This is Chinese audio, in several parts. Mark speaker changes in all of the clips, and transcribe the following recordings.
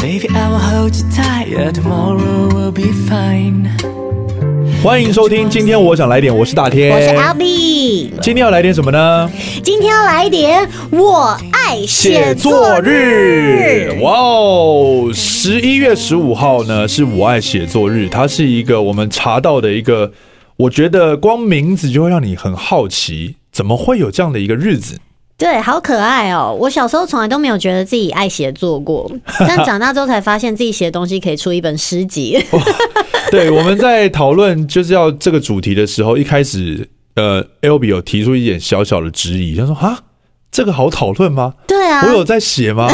Speaker 1: Maybe I will hold you tight, yeah, tomorrow will be fine.
Speaker 2: 欢迎收听，今天我想来点，我是大天，
Speaker 3: 我是 L B，
Speaker 2: 今天要来点什么呢？
Speaker 3: 今天要来一点我爱写作日。
Speaker 2: 哇哦！十一月十五号呢是我爱写作日，它是一个我们查到的一个，我觉得光名字就会让你很好奇，怎么会有这样的一个日 子？
Speaker 3: 对，好可爱哦！我小时候从来都没有觉得自己爱写作 过，但长大之后才发现自己写的东西可以出一本 诗集。
Speaker 2: 对，我们在讨论就是要这个主题的时候，一开始呃，L B 有提出一点小小的质疑，他说：“啊，这个好讨论吗？
Speaker 3: 对啊
Speaker 2: 我，有在写 吗？”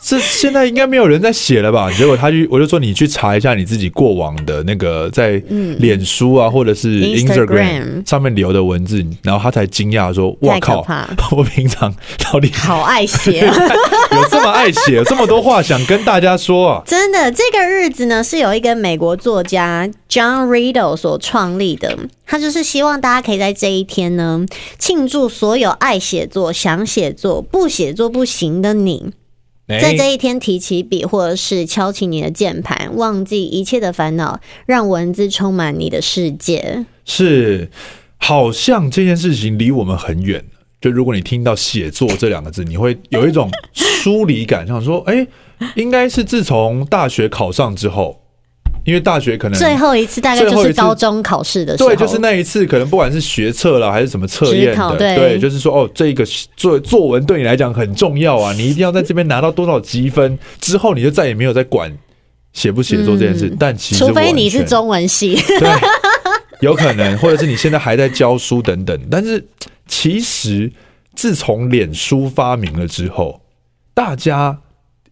Speaker 2: 这现在应该没有人在写了吧？结果他就我就说你去查一下你自己过往的那个在脸书啊，或者是
Speaker 3: 嗯 Instagram
Speaker 2: Instagram 上面留的文字，然后他才惊讶说：“哇
Speaker 3: 太可
Speaker 2: 靠
Speaker 3: 怕，
Speaker 2: 我平常到底
Speaker 3: 好爱写 哦。
Speaker 2: 有这么爱写，有这么多话想跟大家说啊
Speaker 3: 真的，这个日子呢是由一个美国作家 John Riddle 所创立的，他就是希望大家可以在这一天呢庆祝所有爱写作、想写作、不写作不行的你，！”
Speaker 2: 哎
Speaker 3: 在这一天提起笔或者是敲起你的键盘，忘记一切的烦恼，让文字充满你的世界。
Speaker 2: 是，好像这件事情离我们很远。就如果你听到“写作”这两个字，你会有一种疏离感，想说：“哎、应该是自从大学考上之后，因为大学可能
Speaker 3: 最后一次大
Speaker 2: 嗯
Speaker 3: 概
Speaker 2: 最
Speaker 3: 就
Speaker 2: 后
Speaker 3: 是
Speaker 2: 一次
Speaker 3: 高中考试的时候，
Speaker 2: 对，就是那一次，可能不管是学测啦，还是什么测验
Speaker 3: 职考
Speaker 2: 的，
Speaker 3: 对
Speaker 2: 就是说哦，这个作作文对你来讲很重要啊，你一定要在这边拿到多少积分，之后你就再也没有在管写不写作这件事。但其实
Speaker 3: 嗯除非你是
Speaker 2: 完全
Speaker 3: 中 文系，
Speaker 2: 对，有可能，或者是你现在还在教书等等。但是其实，自从脸书发明了之后，大家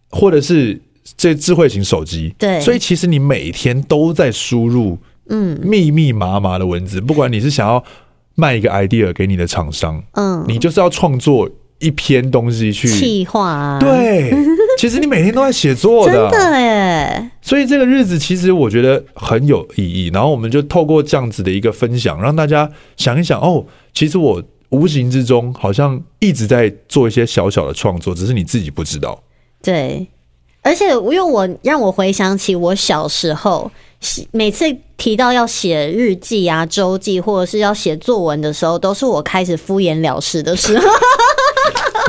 Speaker 2: 或者是这智慧型手机，
Speaker 3: 对
Speaker 2: 所以其实你每天都在输入，嗯，密密麻麻的文字，不管你是想要卖一个 idea 给你的厂商，
Speaker 3: 嗯，
Speaker 2: 你就是要创作一篇东西去。
Speaker 3: 气话、啊，，
Speaker 2: 对，其实你每天都在写作
Speaker 3: 真
Speaker 2: 的，啊
Speaker 3: 的耶，
Speaker 2: 所以这个日子其实我觉得很有意义。然后我们就透过这样子的一个分享，让大家想一想哦，其实我无形之中好像一直在做一些小小的创作，只是你自己不知 道。
Speaker 3: 对。而且，因为我让我回想起我小时候，写每次提到要写日记啊、周记，或者是要写作文的时候，都是我开始敷衍了事的时候。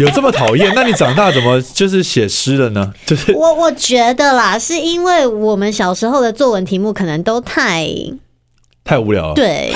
Speaker 2: 有这么讨厌？那你长大怎么就是写诗了呢？就是
Speaker 3: 我我觉得啦，是因为我们小时候的作文题目可能都太
Speaker 2: 太无聊了，
Speaker 3: 对，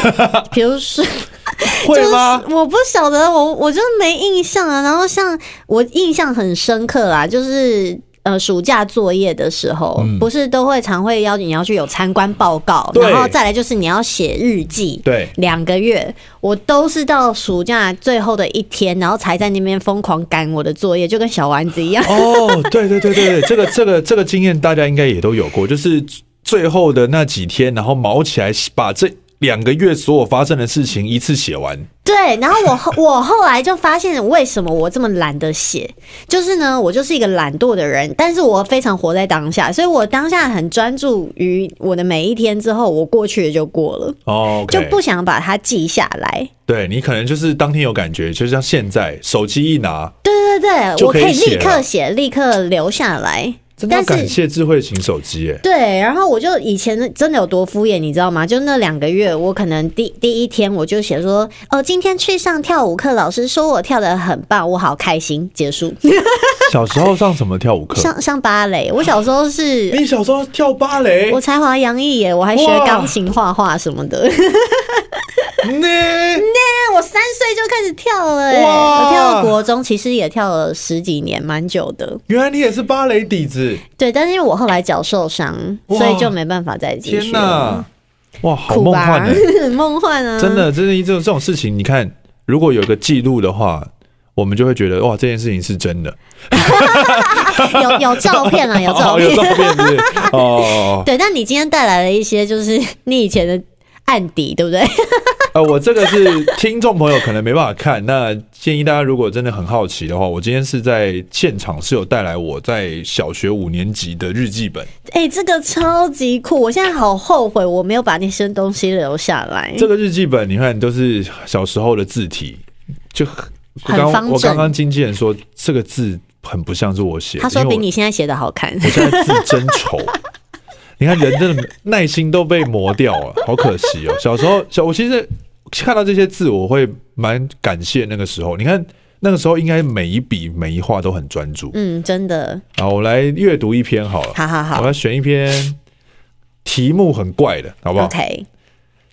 Speaker 3: 比如说，就
Speaker 2: 会
Speaker 3: 是
Speaker 2: 吗？
Speaker 3: 我不晓得，我我就没印象啊。然后像我印象很深刻啦，就是。呃，暑假作业的时候，不是都会常会邀请你要去有参观报告，
Speaker 2: 嗯对
Speaker 3: 然后再来就是你要写日记，
Speaker 2: 对
Speaker 3: 两个月，我都是到暑假最后的一天，然后才在那边疯狂赶我的作业，就跟小丸子一样。
Speaker 2: 哦，对对对对对，这个这个这个经验大家应该也都有过，就是最后的那几天，然后毛起来把这两个月所有发生的事情一次写完。
Speaker 3: 对，然后我后我后来就发现，为什么我这么懒得写？就是呢，我就是一个懒惰的人，但是我非常活在当下，所以我当下很专注于我的每一天，之后我过去也就过了，
Speaker 2: 哦，OK，
Speaker 3: 就不想把它记下来。
Speaker 2: 对你可能就是当天有感觉，就像现在手机一拿，
Speaker 3: 对对对，
Speaker 2: 就
Speaker 3: 我
Speaker 2: 可以
Speaker 3: 可以
Speaker 2: 写
Speaker 3: 立刻
Speaker 2: 了
Speaker 3: 写，立刻留下来。
Speaker 2: 真的要
Speaker 3: 但
Speaker 2: 感
Speaker 3: 是
Speaker 2: 谢智慧型手机耶。
Speaker 3: 对，然后我就以前真的有多敷衍，你知道吗？就那两个月，我可能第第一天我就写说，哦，今天去上跳舞课，老师说我跳的很棒，我好开心。结束。
Speaker 2: 小时候上什么跳舞课？
Speaker 3: 上上芭蕾，我小时候是。
Speaker 2: 你小时候跳芭蕾
Speaker 3: 我？才华洋溢耶，我还学
Speaker 2: 哇
Speaker 3: 钢琴、画画什么的。 但
Speaker 2: 呢？
Speaker 3: 我三岁就开始跳了耶，
Speaker 2: 哇
Speaker 3: 我跳到国中，其实也跳了十几年，蛮久的。
Speaker 2: 原来你也是芭蕾底子！
Speaker 3: 对，但是因为我后来脚受伤，
Speaker 2: 哇
Speaker 3: 所以就没办法再继
Speaker 2: 天
Speaker 3: 续
Speaker 2: 哪
Speaker 3: 了。，
Speaker 2: 哇，好
Speaker 3: 酷
Speaker 2: 梦
Speaker 3: 吧
Speaker 2: 幻呢！，欸
Speaker 3: 梦幻啊！
Speaker 2: 真， 的，真的，这种这种事情，你看，如果有个记录的话，我们就会觉得哇，这件事情是真的。
Speaker 3: 有有照片 啊，有照
Speaker 2: 哦有
Speaker 3: 片。
Speaker 2: 照片是不是？哦哦，哦
Speaker 3: 对，但你今天带来了一些，就是 你以前的案底，对不 对？
Speaker 2: 呃，我这个是听众朋友可能没办法看，那建议大家如果真的很好奇的话，我今天是在现场是有带来我在小学五年级的日记本，
Speaker 3: 哎、这个超级酷，我现在好后悔，我没有把那些东西留下来。
Speaker 2: 这个日记本你看都是小时候的字体，就很我
Speaker 3: 很
Speaker 2: 刚
Speaker 3: 方
Speaker 2: 我刚
Speaker 3: 正
Speaker 2: 刚经纪人说这个字很不像是我写的。
Speaker 3: 他说
Speaker 2: 因为
Speaker 3: 比
Speaker 2: 我
Speaker 3: 你现在写的好看，
Speaker 2: 我现在字真丑。你看人真的耐心都被磨掉了，好可惜哦。小时候，小我其实看到这些字，我会蛮感谢那个时候。你看那个时候，应该每一笔每一画都很专注。
Speaker 3: 嗯，真的，
Speaker 2: 好，我来阅读一篇好了。
Speaker 3: 好好
Speaker 2: 我
Speaker 3: 好
Speaker 2: 要选一篇题目很怪的，好不好？
Speaker 3: ，OK，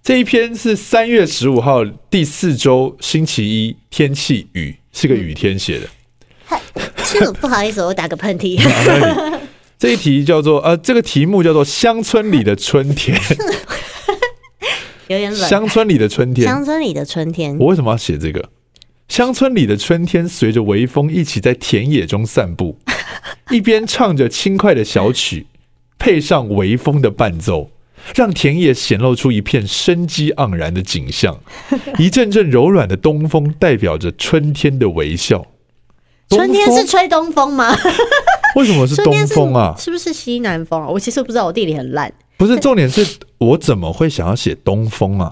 Speaker 2: 这一篇是三月十五号第四周星期一，天气雨，是个雨天写的。
Speaker 3: 就不好意思，我打个喷嚏，
Speaker 2: 这一题叫做呃，这个题目叫做《乡村里的春天》。
Speaker 3: 有点冷。
Speaker 2: 乡村里的春天
Speaker 3: 乡，村里的春天，
Speaker 2: 我为什么要写这个？乡村里的春天，随着微风一起在田野中散步， 一边唱着轻快的小曲，配上微风的伴奏，让田野显露出一片生机盎然的景象。 一阵阵柔软的东风，代表着春天的微笑。
Speaker 3: 春天
Speaker 2: 东
Speaker 3: 是
Speaker 2: 风
Speaker 3: 吹东 风吗？
Speaker 2: 为什么是
Speaker 3: 春
Speaker 2: 东
Speaker 3: 天是
Speaker 2: 风啊？
Speaker 3: 是不是西南风啊？我其实不知道，我地理很烂。
Speaker 2: 不是重点是，我怎么会想要写东风啊？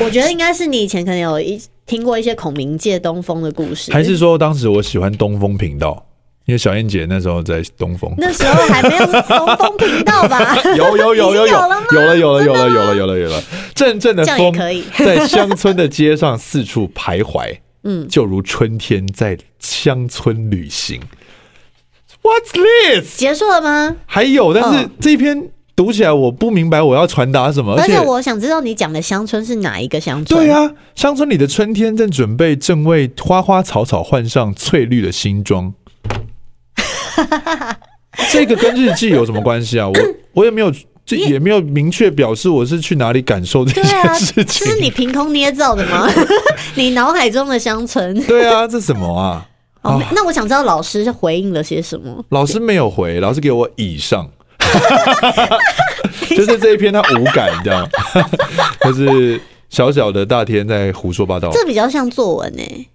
Speaker 3: 我觉得应该是你以前可能有一听过一些孔明借东风的故事，
Speaker 2: 还是说当时我喜欢东风频道，因为小燕姐那时候在东 风。
Speaker 3: 那时候还没有东风频道 吧？
Speaker 2: 有有有有有
Speaker 3: 已经有了吗
Speaker 2: 有了有了有了有了有了有了，阵阵的
Speaker 3: 这样也
Speaker 2: 风
Speaker 3: 可以
Speaker 2: 在乡村的街上四处徘徊，嗯，就如春天在乡村旅行。What's this？
Speaker 3: 结束了吗？
Speaker 2: 还有，但是
Speaker 3: 嗯
Speaker 2: 这篇读起来我不明白我要传达什么，
Speaker 3: 而
Speaker 2: 且
Speaker 3: 且我想知道你讲的乡村是哪一个乡村？
Speaker 2: 对啊呀、乡村里的春天正准备正为花花草草换上翠绿的新 装。这个跟日记有什么关系啊？ 我我也没有，这也没有明确表示我是去哪里感受这
Speaker 3: 对 啊，
Speaker 2: 件
Speaker 3: 这
Speaker 2: 事情。
Speaker 3: 是你凭空捏造的吗？ 你脑海中的乡村？
Speaker 2: 对啊，这什么啊？
Speaker 3: 哦，那我想知道老师回应了些什么？
Speaker 2: 老师没有回，老师给我以 上，就是这一篇他无感这样， 就是小小的大天在胡说八道。
Speaker 3: 这比较像作文诶、欸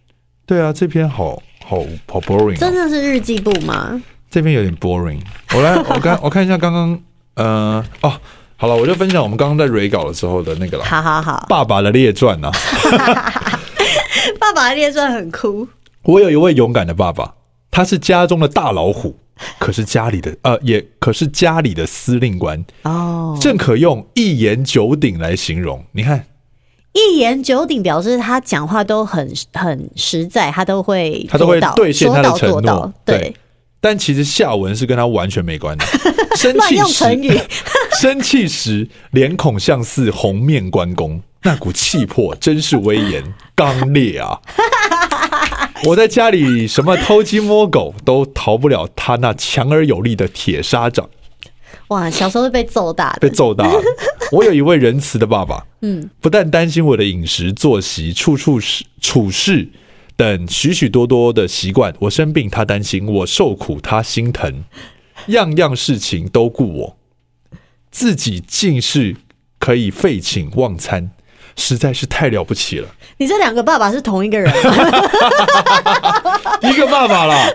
Speaker 2: 对啊，这篇好好好 boring，、哦、
Speaker 3: 真的是日记簿吗？
Speaker 2: 这边有点 boring。我 来，我看我看一下刚刚，呃，哦，好了，我就分享我们刚刚在 re 稿的时候的那个了，
Speaker 3: 好好好，
Speaker 2: 《爸爸的列传》啊。
Speaker 3: 爸爸的列传很酷，
Speaker 2: 我有一位勇敢的爸爸，他是家中的大老虎，可是家里的呃，也可是家里的司令官，
Speaker 3: 哦，
Speaker 2: 正可用一言九鼎来形容。你看，
Speaker 3: 一言九鼎表示他讲话都很很实在，他都会
Speaker 2: 他都会
Speaker 3: 做到
Speaker 2: 兑现他的承
Speaker 3: 说到做
Speaker 2: 诺
Speaker 3: 到，，对，，
Speaker 2: 但其实下文是跟他完全没关 的。生
Speaker 3: 乱
Speaker 2: 气
Speaker 3: 用
Speaker 2: 时
Speaker 3: 成，语，
Speaker 2: 生气时，脸孔像似红面关公，那股气魄真是威严刚烈啊！我在家里什么偷鸡摸狗都逃不了他那强而有力的铁砂掌，
Speaker 3: 哇，小时候是被揍大
Speaker 2: 被
Speaker 3: 的，
Speaker 2: 揍 大了。我有一位仁慈的爸爸，嗯，不但担心我的饮食、作息、处处事、处事等许许多多的习惯，我生病他担心，我受苦他心疼，样样事情都顾我，自己竟是可以废寝忘餐，实在是太了不起了。
Speaker 3: 你这两个爸爸是同一个人 吗？
Speaker 2: 一个爸爸 啦，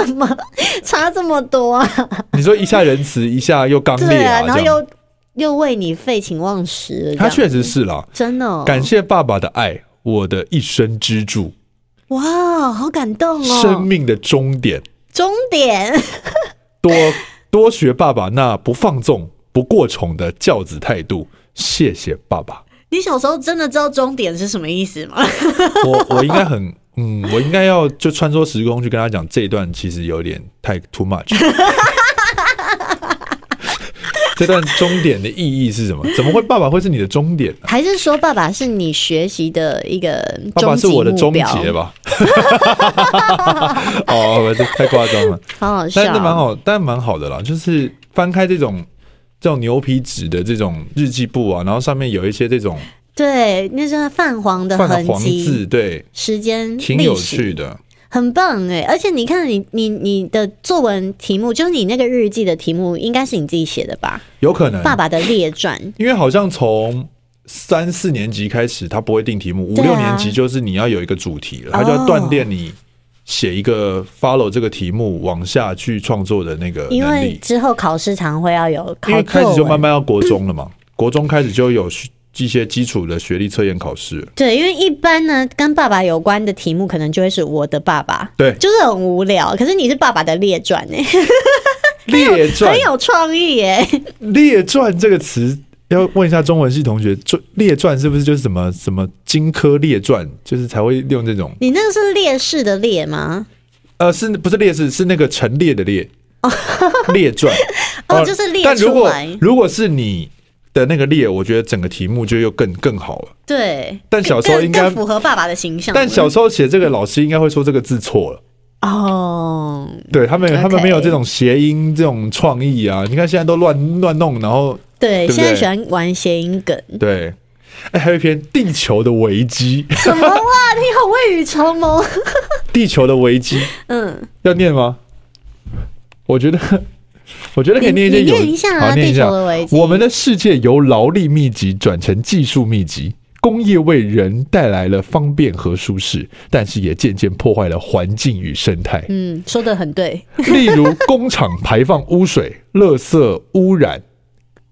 Speaker 3: 为什么差这么多啊？
Speaker 2: 你说一下仁慈，一下又刚烈
Speaker 3: 对啊，
Speaker 2: 啊，
Speaker 3: 然后
Speaker 2: 这样
Speaker 3: 又又为你废寝忘食了，
Speaker 2: 他
Speaker 3: 这
Speaker 2: 确
Speaker 3: 样
Speaker 2: 实是啦，
Speaker 3: 真的、哦，
Speaker 2: 感谢爸爸的爱，我的一生支柱，
Speaker 3: 哇，好感动
Speaker 2: 生
Speaker 3: 哦！
Speaker 2: 命的终点。
Speaker 3: 终点
Speaker 2: 多 多学爸爸那不放纵、不过宠的教子态度。谢谢爸爸，
Speaker 3: 你小时候真的知道终点是什么意思吗？
Speaker 2: 我我应该很嗯，我应该要就穿梭时空去跟他讲这一段，其实有点太 too much。这段终点的意义是什么？怎么会爸爸会是你的终点啊呢、
Speaker 3: 还是说爸爸是你学习的一个
Speaker 2: 爸爸是
Speaker 3: 极
Speaker 2: 我的
Speaker 3: 目
Speaker 2: 终
Speaker 3: 标
Speaker 2: 结吧？ 哦，这太夸张了。
Speaker 3: 好好笑，
Speaker 2: 但是蛮好，但蛮好的啦，就是翻开这种这种牛皮纸的这种日记簿啊，然后上面有一些这种
Speaker 3: 对，那是泛黄的
Speaker 2: 泛
Speaker 3: 痕
Speaker 2: 黄字，
Speaker 3: 迹，
Speaker 2: 对，
Speaker 3: 时间
Speaker 2: 挺
Speaker 3: 历
Speaker 2: 有
Speaker 3: 史
Speaker 2: 趣的。
Speaker 3: 很棒哎！而且你看你，你你的作文题目，就是你那个日记的题目，应该是你自己写的吧？
Speaker 2: 有可能
Speaker 3: 爸爸的列传，
Speaker 2: 因为好像从三四年级开始，他不会定题目，五
Speaker 3: 对啊
Speaker 2: 六年级就是你要有一个主题了，他就要
Speaker 3: 哦
Speaker 2: 锻炼你写一个 follow 这个题目往下去创作的那个
Speaker 3: 因
Speaker 2: 能
Speaker 3: 为
Speaker 2: 力。
Speaker 3: 之后考试常会要有
Speaker 2: 因
Speaker 3: 考
Speaker 2: 为开始
Speaker 3: 作
Speaker 2: 就慢
Speaker 3: 文，
Speaker 2: 慢要国中了嘛，国中开始就有一些基础的学历测验考试。
Speaker 3: 对，因为一般呢，跟爸爸有关的题目，可能就会是我的爸爸，
Speaker 2: 对，
Speaker 3: 就是很无聊。可是你是爸爸的列传哎、
Speaker 2: 列传
Speaker 3: 很，有创意耶、
Speaker 2: 列传这个词要问一下中文系同学，就列传是不是就是什么什么荆轲列传，就是才会用这种？
Speaker 3: 你那个是烈士的烈吗？
Speaker 2: 呃，是不是烈士？是那个陈列的 列，列传。
Speaker 3: 哦
Speaker 2: 呃
Speaker 3: 就是列
Speaker 2: 但如果
Speaker 3: 出来
Speaker 2: 如果是你的那个列，我觉得整个题目就又更更好了。
Speaker 3: 对，
Speaker 2: 但小时候
Speaker 3: 更
Speaker 2: 应该
Speaker 3: 更符合爸爸的形象。
Speaker 2: 但小时候写这个，老师应该会说这个字错了。
Speaker 3: 哦，
Speaker 2: 对他们，他们
Speaker 3: OK
Speaker 2: 没有这种谐音、这种创意啊！你看现在都乱乱弄，然后
Speaker 3: 对，
Speaker 2: 对不对
Speaker 3: 现在喜欢玩谐音梗，
Speaker 2: 对，哎，还有一篇《地球的危机》， 《
Speaker 3: 什么哇？你好未雨绸缪。
Speaker 2: 地球的危机》
Speaker 3: 哦 嗯，
Speaker 2: 要念吗？我觉得， 我觉得可以念一些
Speaker 3: 你你
Speaker 2: 有
Speaker 3: 念一下啊
Speaker 2: 好念一
Speaker 3: 地
Speaker 2: 下
Speaker 3: 球的危。机
Speaker 2: 我们的世界由劳力密集转成技术密集，工业为人带来了方便和舒适，但是也渐渐破坏了环境与生 态。
Speaker 3: 嗯，说的很对。
Speaker 2: 例如工厂排放污水、垃圾污染、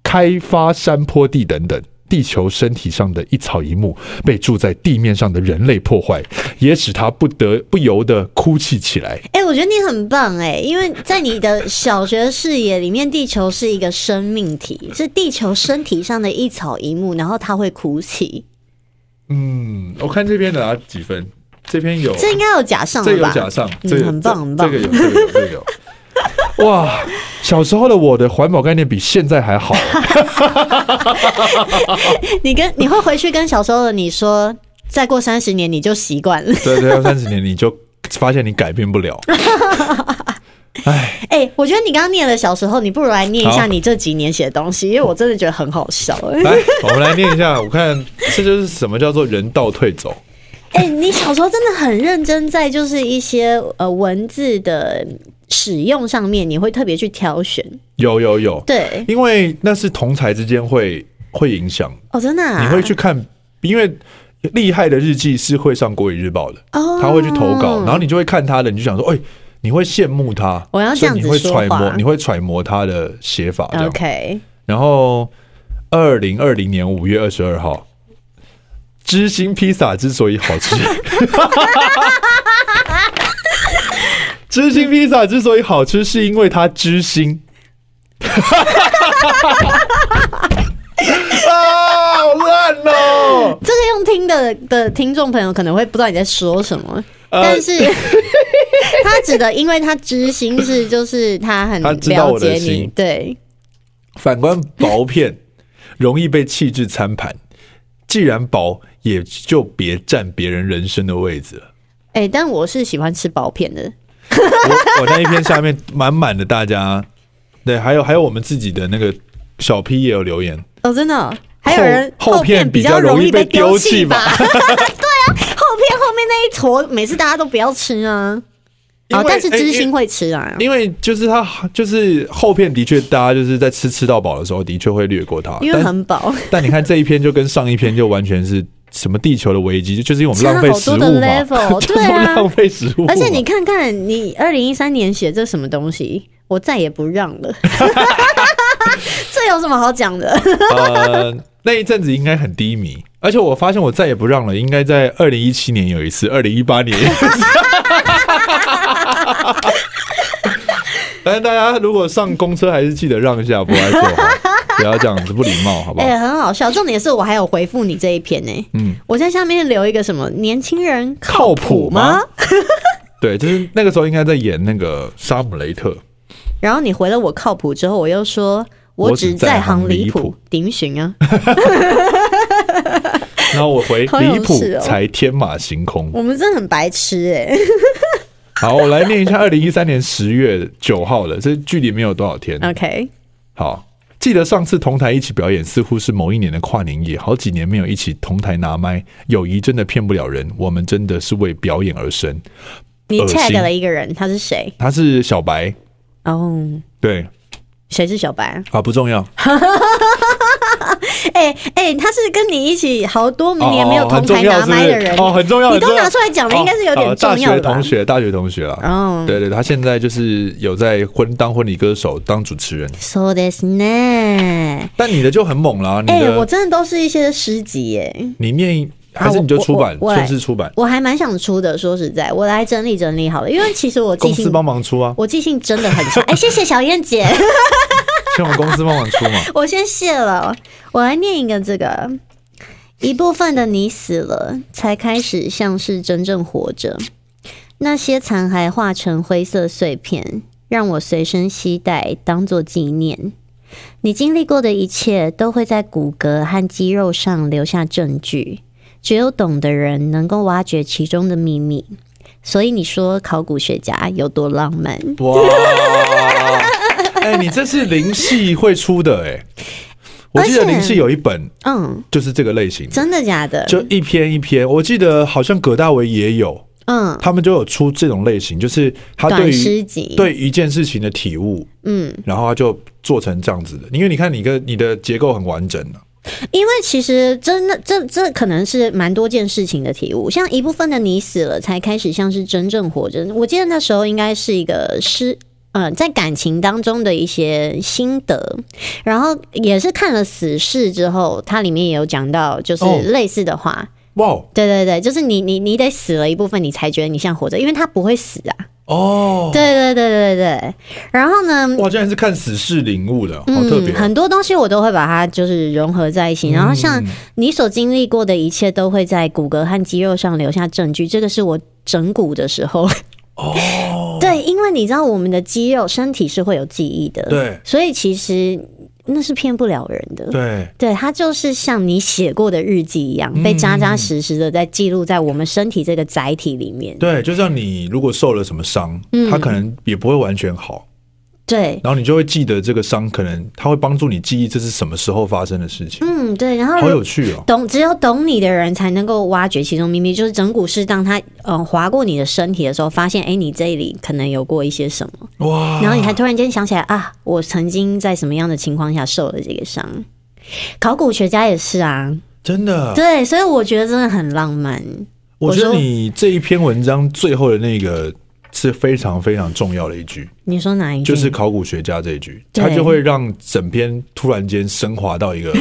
Speaker 2: 开发山坡地等等。地球身体上的一草一木被住在地面上的人类破坏，也使它不得不由得哭泣起来。
Speaker 3: 哎、我觉得你很棒哎、因为在你的小学视野里面，地球是一个生命体，是地球身体上的一草一木，然后它会哭泣。
Speaker 2: 嗯，我看这边拿几分，这边有，
Speaker 3: 这应该有假上
Speaker 2: 这
Speaker 3: 了
Speaker 2: 有
Speaker 3: 吧？
Speaker 2: 假上，
Speaker 3: 嗯
Speaker 2: 这个
Speaker 3: 很棒很
Speaker 2: 这
Speaker 3: 棒
Speaker 2: 这个有，这个有，这个有。 哇，小时候的我的环保概念比现在还 好。
Speaker 3: 你跟你会回去跟小时候的你说，再过三十年你就习惯了。
Speaker 2: 对对，要三十年你就发现你改变不了。
Speaker 3: 哎、我觉得你刚刚念了小时候，你不如来念一下
Speaker 2: 好
Speaker 3: 你这几年写的东西，因为我真的觉得很好笑、哎
Speaker 2: 来，我们来念一下，我看这就是什么叫做人道退走。
Speaker 3: 哎、你小时候真的很认真，在就是一些呃文字的使用上面，你会特别去挑选。
Speaker 2: 有有有，
Speaker 3: 对，
Speaker 2: 因为那是同才之间会会影响，
Speaker 3: 哦，真的、啊，
Speaker 2: 你会去看，因为厉害的日记是会上国语日报的，
Speaker 3: 哦，
Speaker 2: 他会去投稿，然后你就会看他的，你就想说，哎、你会羡慕他，
Speaker 3: 我要这
Speaker 2: 所以
Speaker 3: 样子
Speaker 2: 你会
Speaker 3: 说
Speaker 2: 揣摩
Speaker 3: 话，
Speaker 2: 你会揣摩他的写法这样。
Speaker 3: OK，
Speaker 2: 然后，二零二零年五月二十二号，知心披萨之所以好吃，知心披萨之所以好吃，是因为它知心。啊，好烂哦！
Speaker 3: 这个用听的的听众朋友可能会不知道你在说什么，
Speaker 2: 呃
Speaker 3: 但是 他指的，因为他知心是就是他很
Speaker 2: 他知道
Speaker 3: 了
Speaker 2: 我的
Speaker 3: 解你
Speaker 2: 心，
Speaker 3: 对，
Speaker 2: 反观薄片，容易被弃置餐盘。既然薄，也就别占别人人生的位置了。
Speaker 3: 哎、但我是喜欢吃薄片的，
Speaker 2: 我我那一篇下面满满的大家，对，还有还有我们自己的那个小 P 也有留言，
Speaker 3: 哦，真的哦、还有人
Speaker 2: 后后片
Speaker 3: 片
Speaker 2: 比
Speaker 3: 较
Speaker 2: 较容
Speaker 3: 易
Speaker 2: 易被
Speaker 3: 丢
Speaker 2: 丢弃
Speaker 3: 吧？
Speaker 2: 吧
Speaker 3: 对啊，后片后面那一坨，每次大家都不要吃啊。
Speaker 2: 因
Speaker 3: 哦
Speaker 2: 为，
Speaker 3: 但是
Speaker 2: 哎
Speaker 3: 知
Speaker 2: 因
Speaker 3: 心会吃啊。
Speaker 2: 因为就是他就是后片的确大家就是在吃吃到饱的时候的确会略过它，
Speaker 3: 因为
Speaker 2: 但
Speaker 3: 很饱，
Speaker 2: 但你看这一篇就跟上一篇就完全是什么地球的危机，就是因为我们
Speaker 3: 差
Speaker 2: 浪费
Speaker 3: 好
Speaker 2: 食
Speaker 3: 多
Speaker 2: 物
Speaker 3: 的
Speaker 2: 嘛，
Speaker 3: level，
Speaker 2: 就是
Speaker 3: 对啊
Speaker 2: 浪费食物嘛，
Speaker 3: 而且你看看，你二零一三年写这什么东西，我再也不让 了。这有什么好讲的？
Speaker 2: 呃，那一阵子应该很低迷，而且我发现我再也不让了，应该在二零一七年有一次，二零一八年有一次。但是大家如果上公车还是记得让一下，不爱坐好，不要这样子不礼貌，好不好？
Speaker 3: 哎、很好笑。重点是我还有回复你这一篇呢、
Speaker 2: 嗯，
Speaker 3: 我在下面留一个什么？年轻人
Speaker 2: 靠
Speaker 3: 谱
Speaker 2: 谱吗？ 对，就是那个时候应该在演那个《沙姆雷特》，
Speaker 3: 然后你回了我靠谱之后，我又说我
Speaker 2: 我
Speaker 3: 只
Speaker 2: 只在
Speaker 3: 在行
Speaker 2: 行离
Speaker 3: 离谱
Speaker 2: 谱，
Speaker 3: 顶寻啊。
Speaker 2: 然后我回
Speaker 3: 好有
Speaker 2: 离谱
Speaker 3: 事哦
Speaker 2: 才天马行空。
Speaker 3: 我们真的很白痴哎、
Speaker 2: 好，我来念一下二零一三年十月九号的，这距离没有多少 天。
Speaker 3: OK，
Speaker 2: 好，记得上次同台一起表演，似乎是某一年的跨年夜，好几年没有一起同台拿麦，友谊真的骗不了人，我们真的是为表演而生。
Speaker 3: 你
Speaker 2: 恶心
Speaker 3: tag 了一个人，他是谁？
Speaker 2: 他是小白，
Speaker 3: 哦、
Speaker 2: 对
Speaker 3: 谁是小白啊？
Speaker 2: 啊，不重要，
Speaker 3: 哎、哎哎，他是跟你一起好多年没有
Speaker 2: 哦
Speaker 3: 同
Speaker 2: 很重
Speaker 3: 台
Speaker 2: 要
Speaker 3: 拿麦的人
Speaker 2: 是不是哦，很重要。
Speaker 3: 你都
Speaker 2: 很重要
Speaker 3: 拿出来讲了
Speaker 2: 哦
Speaker 3: 应该是有点
Speaker 2: 好
Speaker 3: 重要
Speaker 2: 大学
Speaker 3: 的吧
Speaker 2: 同学，大学同学啦。
Speaker 3: 哦
Speaker 2: 对对，他现在就是有在婚当婚礼歌手当主持人，
Speaker 3: ，so this 呢？
Speaker 2: 但你的就很猛啦，你
Speaker 3: 哎、
Speaker 2: 的
Speaker 3: 我真的都是一些诗集耶，
Speaker 2: 你念还是你就出版
Speaker 3: 啊我我我
Speaker 2: 顺势出版，
Speaker 3: 我还蛮想出的。说实在，我来整理整理好了，因为其实我记
Speaker 2: 公司
Speaker 3: 性，
Speaker 2: 帮忙出啊，
Speaker 3: 我记性真的很 差。哎、谢谢小燕姐，
Speaker 2: 请我们公司帮忙出嘛。
Speaker 3: 我先谢了。我来念一个这个。一部分的你死了，才开始像是真正活着。那些残骸化成灰色碎片，让我随身携带，当做纪念。你经历过的一切，都会在骨骼和肌肉上留下证据。只有懂的人能够挖掘其中的秘密。所以你说考古学家有多浪漫？
Speaker 2: 哇！哎、你这是林系会出的哎、我记得
Speaker 3: 而且
Speaker 2: 林系有一本
Speaker 3: 嗯，
Speaker 2: 就是这个类型的，
Speaker 3: 真的假的？
Speaker 2: 就一篇一篇。我记得好像葛大为也有，
Speaker 3: 嗯，
Speaker 2: 他们就有出这种类型，就是他对
Speaker 3: 短诗
Speaker 2: 于
Speaker 3: 集。
Speaker 2: 对一件事情的体悟，
Speaker 3: 嗯，
Speaker 2: 然后他就做成这样子的。因为你看你跟你的结构很完整啊
Speaker 3: 因为其实真的，这这可能是蛮多件事情的体悟。像一部分的你死了，才开始像是真正活着。我记得那时候应该是一个失，嗯、在感情当中的一些心得。然后也是看了《死侍》之后，它里面也有讲到，就是
Speaker 2: 哦
Speaker 3: 类似的话。
Speaker 2: 哇
Speaker 3: 对对对，就是你你你得死了一部分，你才觉得你像活着，因为他不会死啊。
Speaker 2: 哦，
Speaker 3: 对对对对对。然后呢，
Speaker 2: 哇，竟然是看死士领悟的，好特别哦、嗯
Speaker 3: 嗯，很多东西我都会把它就是融合在一起。然后像你所经历过的一切，都会在骨骼和肌肉上留下证据。这个是我整骨的时候。哦， 对，因为你知道我们的肌肉、身体是会有记忆的，
Speaker 2: 对
Speaker 3: 所以其实那是骗不了人的。
Speaker 2: 对。
Speaker 3: 对，它就是像你写过的日记一样，
Speaker 2: 嗯
Speaker 3: 被扎扎实实的在记录在我们身体这个载体里面。
Speaker 2: 对，就像你如果受了什么伤，
Speaker 3: 嗯
Speaker 2: 它可能也不会完全好，
Speaker 3: 对，
Speaker 2: 然后你就会记得这个伤，可能它会帮助你记忆这是什么时候发生的事情，
Speaker 3: 嗯，对。然后
Speaker 2: 好
Speaker 3: 如
Speaker 2: 有趣哦。
Speaker 3: 懂只有懂你的人才能够挖掘其中秘密，就是整蛊师当他嗯划过你的身体的时候，发现哎、诶你这里可能有过一些什么，
Speaker 2: 哇，
Speaker 3: 然后你还突然间想起来啊，我曾经在什么样的情况下受了这个伤。考古学家也是啊，
Speaker 2: 真的，
Speaker 3: 对，所以我觉得真的很浪漫。
Speaker 2: 我觉
Speaker 3: 我
Speaker 2: 得
Speaker 3: 说
Speaker 2: 你这一篇文章最后的那个是非常非常重要的一句，
Speaker 3: 你说哪一句？
Speaker 2: 就是考古学家这一句，
Speaker 3: 嗯对
Speaker 2: 它就会让整篇突然间升华到一 个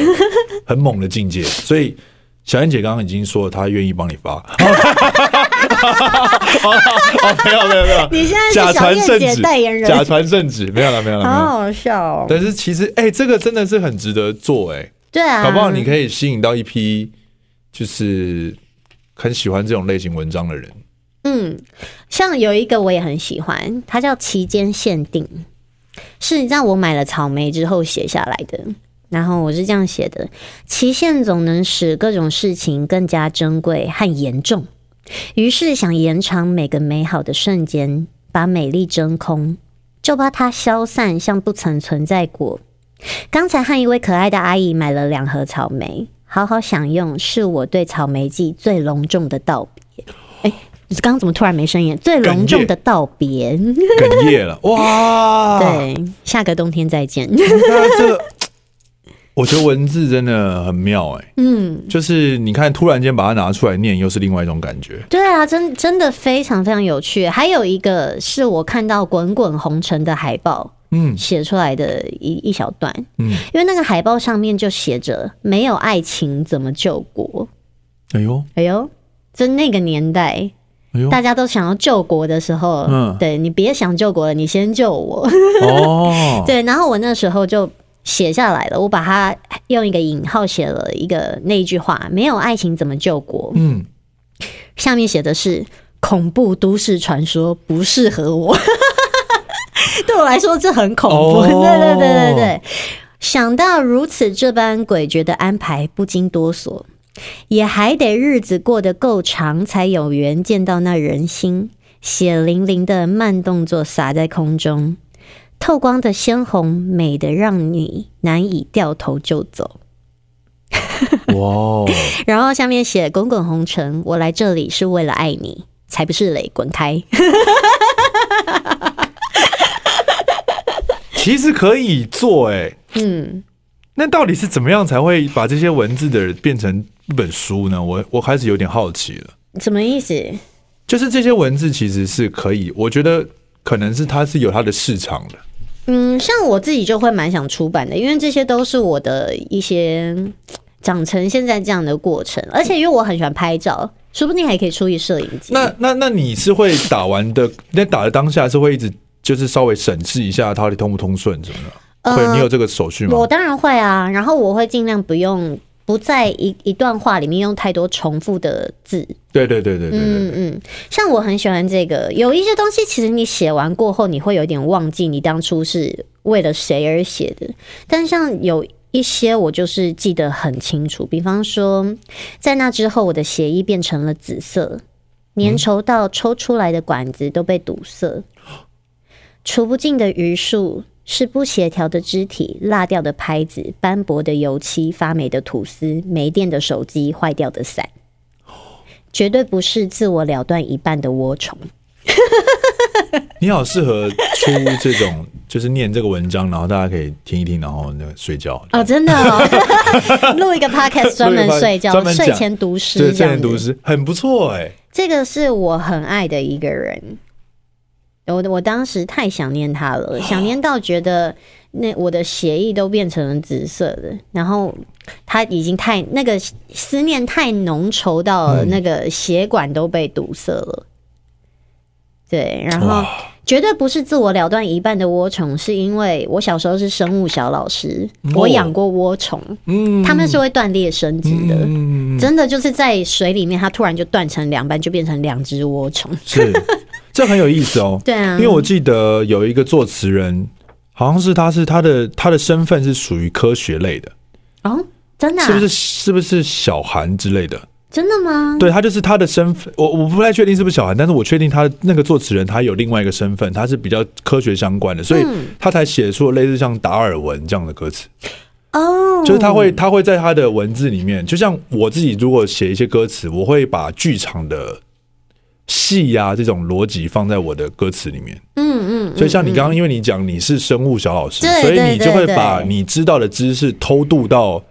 Speaker 2: 很猛的境界。所以小燕姐刚刚已经说她愿意帮你 发，哦，没有没有没 有，
Speaker 3: 你现在
Speaker 2: 假
Speaker 3: 是小
Speaker 2: 传圣
Speaker 3: 燕姐
Speaker 2: 旨
Speaker 3: 代言人，
Speaker 2: 假嗯传圣旨，没有了，没有了，没有
Speaker 3: 好
Speaker 2: 了。
Speaker 3: 好笑哦。
Speaker 2: 但是其实，哎、这个真的是很值得做、
Speaker 3: 对
Speaker 2: 哎、
Speaker 3: 啊，
Speaker 2: 搞不好你可以吸引到一批就是很喜欢这种类型文章的人。
Speaker 3: 嗯，像有一个我也很喜欢，它叫期间限定，是在我买了草莓之后写下来的。然后我是这样写的：期限总能使各种事情更加珍贵和严重，于是想延长每个美好的瞬间，把美丽真空，就把它消散，像不曾存在过。刚才和一位可爱的阿姨买了两盒草莓，好好享用，是我对草莓季最隆重的道别。哎，刚刚怎么突然没声音？最隆重的道别，
Speaker 2: 哽咽了，哇！，
Speaker 3: 对，下个冬天再见。
Speaker 2: 那这个我觉得文字真的很妙、哎，嗯，就是你看，突然间把它拿出来念，又是另外一种感觉。
Speaker 3: 对啊，真真的非常非常有趣。还有一个是我看到《滚滚红尘》的海报，
Speaker 2: 嗯
Speaker 3: 写出来的一一小段，
Speaker 2: 嗯，
Speaker 3: 因为那个海报上面就写着“没有爱情怎么救国
Speaker 2: 哎呦，”。
Speaker 3: 哎呦，就那个年代，
Speaker 2: 哎呦，
Speaker 3: 大家都想要救国的时候，
Speaker 2: 嗯
Speaker 3: 对你别想救国了，你先救我。
Speaker 2: 哦，
Speaker 3: 对，然后我那时候就写下来了，我把它用一个引号写了一个那一句话：“没有爱情怎么救国？”
Speaker 2: 嗯，
Speaker 3: 下面写的是恐怖都市传说不适合我。 对我来说，这很恐怖。
Speaker 2: 哦
Speaker 3: 对 对对对对，想到如此这般诡谲的安排，不禁哆嗦。也还得日子过得够长，才有缘见到那人心。血淋淋的慢动作洒在空中，透光的鲜红，美得让你难以掉头就走。
Speaker 2: 哇哦，
Speaker 3: 然后下面写“滚滚红尘，我来这里是为了爱你，才不是嘞，滚开嗯
Speaker 2: 其实可以做、哎，”。那到底是怎么样才会把这些文字的变成一本书呢？我我开始有点好奇了。
Speaker 3: 什么意思？
Speaker 2: 就是这些文字其实是可以，我觉得可能是它是有它的市场的。
Speaker 3: 嗯，像我自己就会蛮想出版的，因为这些都是我的一些嗯长成现在这样的过程，而且因为我很喜欢拍照，说不定还可以出一摄影集。
Speaker 2: 那那那你是会打完的， 那打的当下是会一直就是稍微审视一下它到底通不通顺什么的，
Speaker 3: 呃
Speaker 2: 会你有这个手续吗？
Speaker 3: 我当然会啊，然后我会尽量不用不在一一段话里面用太多重复的字。
Speaker 2: 对对对对对对，
Speaker 3: 嗯嗯，像我很喜欢这个，有一些东西其实你写完过后，你会有点忘记你当初是为了谁而写的，但像有。一些我就是记得很清楚，比方说，在那之后我的血液变成了紫色，粘稠到抽出来的管子都被堵塞，除不尽的余数是不协调的肢体、落掉的拍子、斑驳的油漆、发霉的吐司、没电的手机、坏掉的伞。绝对不是自我了断一半的涡虫。
Speaker 2: 你好适合出这种，就是念这个文章，然后大家可以听一听，然后那个睡觉。
Speaker 3: 哦，真的哦， 录一个 podcast 专门睡觉
Speaker 2: 专，门讲
Speaker 3: 睡前读
Speaker 2: 对，
Speaker 3: 诗这
Speaker 2: 这
Speaker 3: 样
Speaker 2: 人读
Speaker 3: 子。
Speaker 2: 诗很不错哎、
Speaker 3: 这个是我很爱的一个人，我我当时太想念他
Speaker 2: 哦
Speaker 3: 了，想念到觉得那我的血液都变成了紫色的，然后他已经太那个思念太浓稠到
Speaker 2: 嗯
Speaker 3: 了那个血管都被堵塞了。对，然后
Speaker 2: 哇，
Speaker 3: 绝对不是自我了断一半的涡虫，是因为我小时候是生物小老师，
Speaker 2: 哦
Speaker 3: 我养过涡虫，
Speaker 2: 嗯
Speaker 3: 它们是会断裂生殖的，
Speaker 2: 嗯，
Speaker 3: 真的就是在水里面，它突然就断成两半，就变成两只涡虫。
Speaker 2: 是， 这很有意思哦。
Speaker 3: 对啊，
Speaker 2: 因为我记得有一个作词人，好像是他是他的他的身份是属于科学类的，
Speaker 3: 哦，真的、啊，
Speaker 2: 是不是？是不是小韩之类的？
Speaker 3: 真的吗？
Speaker 2: 对他就是他的身份，我我不太确定是不是小韩，但是我确定他那个作词人他有另外一个身份，他是比较科学相关的，所以
Speaker 3: 嗯
Speaker 2: 他才写出了类似像达尔文这样的歌词。
Speaker 3: 哦，
Speaker 2: 就是他会他会在他的文字里面，就像我自己如果写一些歌词，我会把剧场的戏呀、这种逻辑放在我的歌词里面。
Speaker 3: 嗯嗯，
Speaker 2: 所以像你刚刚，因为你讲你是生物小老师，
Speaker 3: 对
Speaker 2: 所以你
Speaker 3: 对
Speaker 2: 就会
Speaker 3: 对
Speaker 2: 把
Speaker 3: 对
Speaker 2: 你知道的知识偷渡到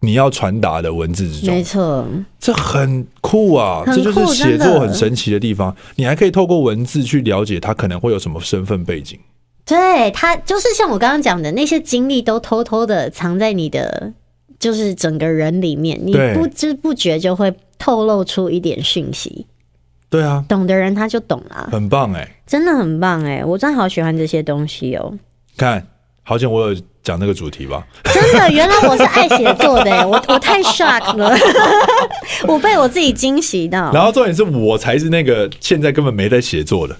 Speaker 2: 你要传达的文字之
Speaker 3: 没
Speaker 2: 中，
Speaker 3: 错，
Speaker 2: 这很酷啊！
Speaker 3: 很
Speaker 2: 这
Speaker 3: 酷
Speaker 2: 就是写
Speaker 3: 真
Speaker 2: 作
Speaker 3: 的
Speaker 2: 很神奇的地方。你还可以透过文字去了解他可能会有什么身份背景。
Speaker 3: 对他就是像我刚刚讲的那些经历，都偷偷的藏在你的就是整个人里面，你
Speaker 2: 对
Speaker 3: 不知不觉就会透露出一点讯息。
Speaker 2: 对啊，
Speaker 3: 懂的人他就懂啦，
Speaker 2: 很棒哎、
Speaker 3: 真的很棒哎、我真的好喜欢这些东西哦、
Speaker 2: 看，好险我有讲那个主题吧。
Speaker 3: 真的，原来我是爱写作 的、欸，我我太 shock 了， 我被我自己惊喜到。
Speaker 2: 然后重点是我才是那个现在根本没在写作 的。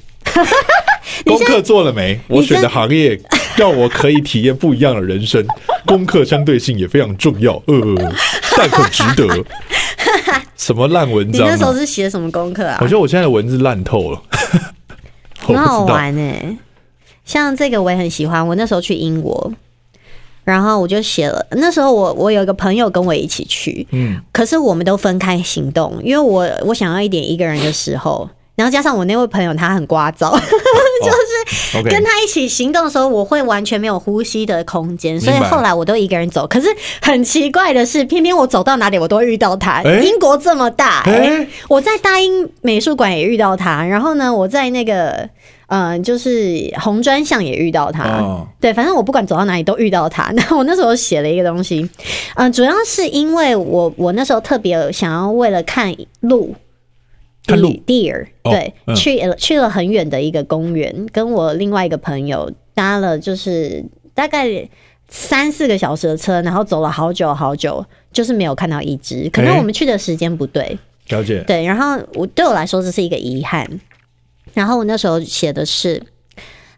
Speaker 2: 功课做了没？我选的行业让我可以体验不一样的人 生，功课相对性也非常重要，呃，但很值 得。什么烂文
Speaker 3: 你
Speaker 2: 章、
Speaker 3: 那时候
Speaker 2: 啊？
Speaker 3: 是写什么功课啊
Speaker 2: 我？觉得我现在的文字烂透了， 我不
Speaker 3: 很好
Speaker 2: 知道。
Speaker 3: 玩哎、像这个我也很喜欢。我那时候去英国，然后我就写了。那时候我我有一个朋友跟我一起去，
Speaker 2: 嗯，
Speaker 3: 可是我们都分开行动，因为我我想要一点一个人的时候，然后加上我那位朋友他很聒噪，
Speaker 2: 哦 OK，
Speaker 3: 跟他一起行动的时候，我会完全没有呼吸的空间，所以
Speaker 2: 明白
Speaker 3: 后来我都一个人走。可是很奇怪的是，偏偏我走到哪里，我都会遇到他。
Speaker 2: 诶
Speaker 3: 英国这么大、
Speaker 2: 诶
Speaker 3: 诶 我在大英美术馆也遇到他，然后呢，我在那个呃，就是红砖巷也遇到他。
Speaker 2: 哦
Speaker 3: 对，反正我不管走到哪里都遇到他。 那我那时候写了一个东西，嗯、主要是因为我我那时候特别想要为了看鹿，
Speaker 2: 看鹿
Speaker 3: deer，
Speaker 2: 哦
Speaker 3: 对，
Speaker 2: 嗯
Speaker 3: 去了去了很远的一个公园，跟我另外一个朋友搭了就是大概三四个小时的车，然后走了好久好久，就是没有看到一只，可能
Speaker 2: 诶
Speaker 3: 我们去的时间不对，
Speaker 2: 了解。
Speaker 3: 对，然后我对我来说这是一个遗憾。然后我那时候写的是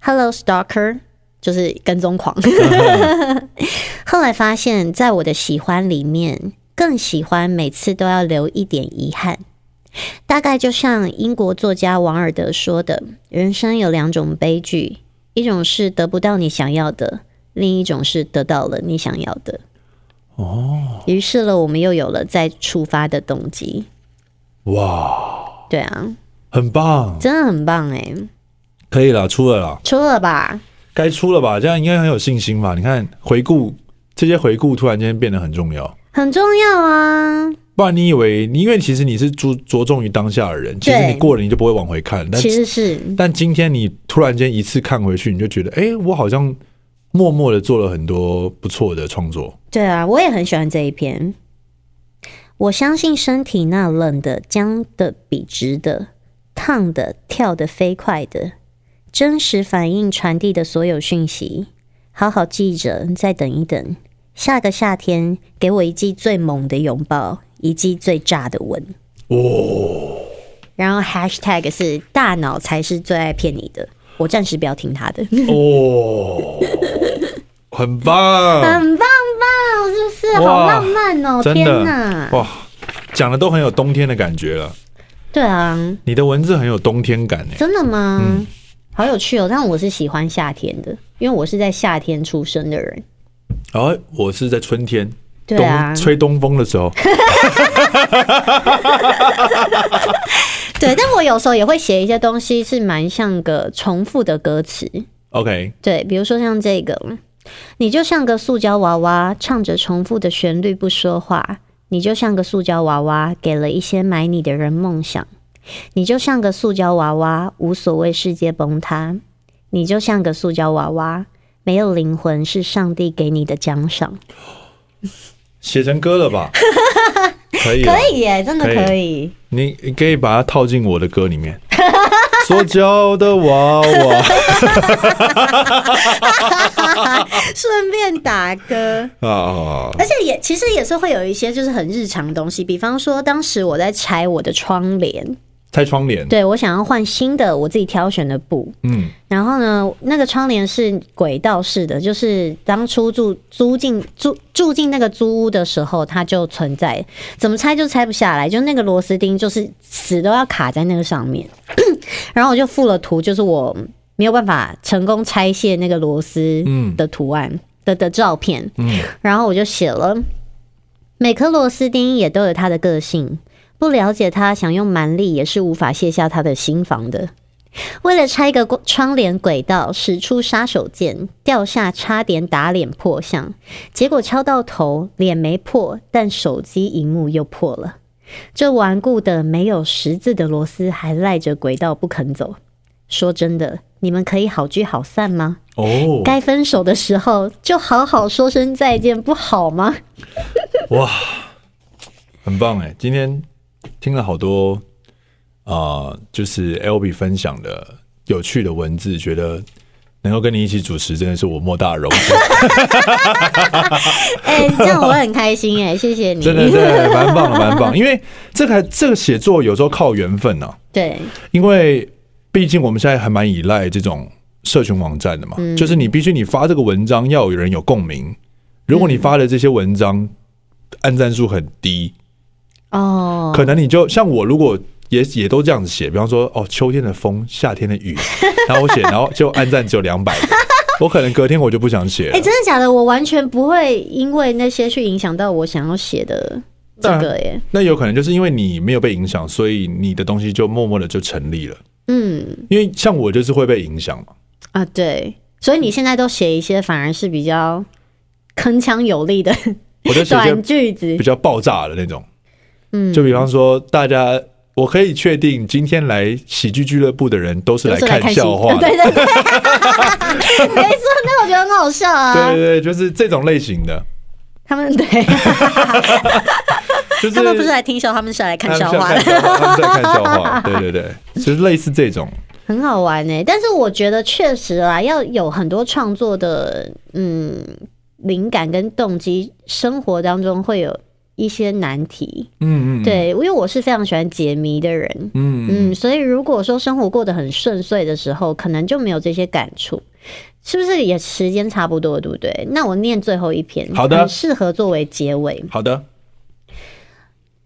Speaker 3: “Hello Stalker”，就是跟踪狂。 后来发现，在我的喜欢里面，更喜欢每次都要留一点遗憾。大概就像英国作家王尔德说的：“人生有两种悲剧，一种是得不到你想要的，另一种是得到了你想要的。”哦，于是了，我们又有了再出发的动机。
Speaker 2: 哇，
Speaker 3: 对啊，
Speaker 2: 很棒，
Speaker 3: 真的很棒哎、
Speaker 2: 可以了，出了啦，
Speaker 3: 出了吧？
Speaker 2: 该出了吧？这样应该很有信心吧？你看，回顾这些回顾突然间变得很重要。
Speaker 3: 很重要啊。
Speaker 2: 不然你以为你因为其实你是着着重于当下的人，其实
Speaker 3: 对
Speaker 2: 你过了你就不会往回看，但
Speaker 3: 其实是
Speaker 2: 但今天你突然间一次看回去，你就觉得，哎、我好像默默的做了很多不错的创 作。
Speaker 3: 对啊，我也很喜欢这一篇。我相信身体那冷的、僵的、笔直的、烫的、跳得飞快的，真实反应传递的所有讯息，好好记着，再等一等。下个夏天，给我一记最猛的拥抱，一记最炸的吻。哦，然后 hashtag 是大脑才是最爱骗你的。我暂时不要听他的，
Speaker 2: 哦，很棒，
Speaker 3: 很棒棒，是不是？
Speaker 2: 哇
Speaker 3: 好浪漫哦！
Speaker 2: 真
Speaker 3: 天
Speaker 2: 的
Speaker 3: 哪，
Speaker 2: 哇，讲的都很有冬天的感觉了。
Speaker 3: 对啊，
Speaker 2: 你的文字很有冬天感欸诶、
Speaker 3: 真的吗？好有趣哦！但我是喜欢夏天的，因为我是在夏天出生的人。
Speaker 2: 然后哦我是在春天。
Speaker 3: 对啊
Speaker 2: 冬，吹东风的时 候，
Speaker 3: 对，但我有时候也会写一些东西是蛮像个重复的歌词。
Speaker 2: OK，
Speaker 3: 对，比如说像这个，你就像个塑胶娃娃，唱着重复的旋律不说话；你就像个塑胶娃娃，给了一些买你的人梦想；你就像个塑胶娃娃，无所谓世界崩塌；你就像个塑胶娃娃，没有灵魂是上帝给你的奖赏。
Speaker 2: 写成歌了吧？ 可以了，
Speaker 3: 可以耶，真的
Speaker 2: 啊可以
Speaker 3: 可以。
Speaker 2: 你你可以把它套进我的歌里面。塑胶的娃娃
Speaker 3: 顺便打歌，
Speaker 2: 啊，
Speaker 3: 而且也其实也是会有一些就是很日常的东西，比方说当时我在拆我的窗帘，
Speaker 2: 拆窗帘，
Speaker 3: 对我想要换新的我自己挑选的布，
Speaker 2: 嗯，
Speaker 3: 然后呢，那个窗帘是轨道式的，就是当初住租进住住进那个租屋的时候它就存在，怎么拆就拆不下来，就那个螺丝钉就是死都要卡在那个上面， 然后我就附了图，就是我没有办法成功拆卸那个螺丝的图案。的的照片，然后我就写了，每颗螺丝钉也都有它的个性，不了解它，想用蛮力也是无法卸下它的心防的。为了拆一个窗帘轨道，使出杀手锏，掉下差点打脸破相，结果敲到头，脸没破，但手机荧幕又破了。这顽固的没有十字的螺丝还赖着轨道不肯走。说真的，你们可以好聚好散吗？
Speaker 2: 哦，
Speaker 3: 该分手的时候就好好说声再见，不好吗？
Speaker 2: 哇，很棒哎！今天听了好多啊、呃就是 L B 分享的有趣的文字，觉得能够跟你一起主持，真的是我莫大的荣幸，
Speaker 3: 哎、这样我很开心哎、谢谢你。
Speaker 2: 真的真的蛮棒的，蛮棒。因为这个这个写作有时候靠缘分呢、
Speaker 3: 对
Speaker 2: 因为毕竟我们现在还蛮依赖这种社群网站的嘛，
Speaker 3: 嗯
Speaker 2: 就是你必须你发这个文章要有人有共鸣，如果你发的这些文章按赞数很低，
Speaker 3: 哦，
Speaker 2: 可能你就像我，如果也也都这样子写，比方说哦，秋天的风，夏天的 雨，然后我写，然后就按赞只有两百，我可能隔天我就不想写
Speaker 3: 哎、
Speaker 2: 了。
Speaker 3: 真的假的？我完全不会因为那些去影响到我想要写的这个耶。
Speaker 2: 那有可能就是因为你没有被影响，所以你的东西就默默的就成立了。
Speaker 3: 嗯
Speaker 2: 因为像我就是会被影响 嘛，
Speaker 3: 啊，对，所以
Speaker 2: 嗯
Speaker 3: 你现在都写一些反而是比较铿锵有力的
Speaker 2: 我就写一些
Speaker 3: 短句子
Speaker 2: 比较爆炸的那种。嗯，就比方说大家。我可以确定，今天来喜剧俱乐部的人都是来
Speaker 3: 都是来
Speaker 2: 看
Speaker 3: 看
Speaker 2: 笑
Speaker 3: 戏啊
Speaker 2: 话的，
Speaker 3: 对对对， 没错，那我觉得很好笑啊
Speaker 2: 对。对对，就是这种类型的，
Speaker 3: 他们对，
Speaker 2: 就是
Speaker 3: 他们不是来听笑，他们是来看笑话
Speaker 2: 他们
Speaker 3: 的，
Speaker 2: 在看笑话，他们在看笑话， 对对对，就是类似这种，
Speaker 3: 很好玩呢。但是我觉得确实啦，要有很多创作的嗯灵感跟动机，生活当中会有一些难题。
Speaker 2: 嗯嗯，
Speaker 3: 对，因为我是非常喜欢解谜的人，
Speaker 2: 嗯
Speaker 3: 嗯，所以如果说生活过得很顺遂的时候，可能就没有这些感触，是不是也时间差不多，对不对？那我念最后一篇，
Speaker 2: 好的
Speaker 3: 很适合作为结尾。
Speaker 2: 好的，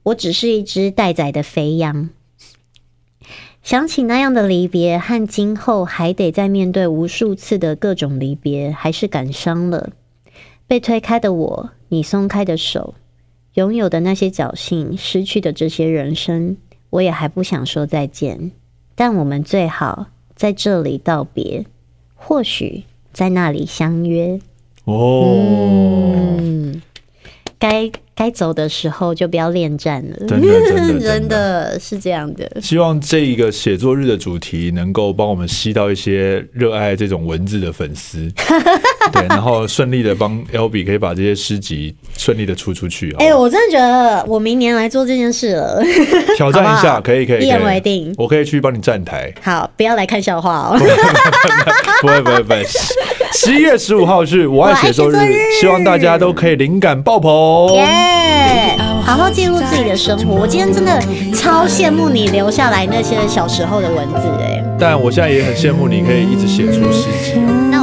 Speaker 3: 我只是一只待宰的肥羊。想起那样的离别和今后还得再面对无数次的各种离别，还是感伤了。被推开的我，你松开的手，拥有的那些侥幸，失去的这些人生，我也还不想说再见。但我们最好在这里道别，或许在那里相约。
Speaker 2: 哦，
Speaker 3: 嗯，该该走的时候就不要恋战了，
Speaker 2: 真的真的 真的
Speaker 3: 真的是这样的。
Speaker 2: 希望这一个写作日的主题能够帮我们吸到一些热爱这种文字的粉 丝，对，然后顺利的帮 L B 可以把这些诗集顺利的出出去。好不啊
Speaker 3: 哎、
Speaker 2: 好
Speaker 3: 我真的觉得我明年来做这件事了。
Speaker 2: 挑战一
Speaker 3: 好不
Speaker 2: 下，
Speaker 3: 好
Speaker 2: 可以可以，
Speaker 3: 一言
Speaker 2: 可以
Speaker 3: 为定
Speaker 2: 我可以去帮你站台。
Speaker 3: 好，不要来看笑 话哦。
Speaker 2: 不会不会不 会，十一月十五号是我爱写作日
Speaker 3: 我爱写作日，
Speaker 2: 希望大家都可以灵感爆棚。
Speaker 3: 耶、好好记录自己的生活。我今天真的超羡慕你留下来那些小时候的文字、哎，
Speaker 2: 但我现在也很羡慕你可以一直写出诗集哦。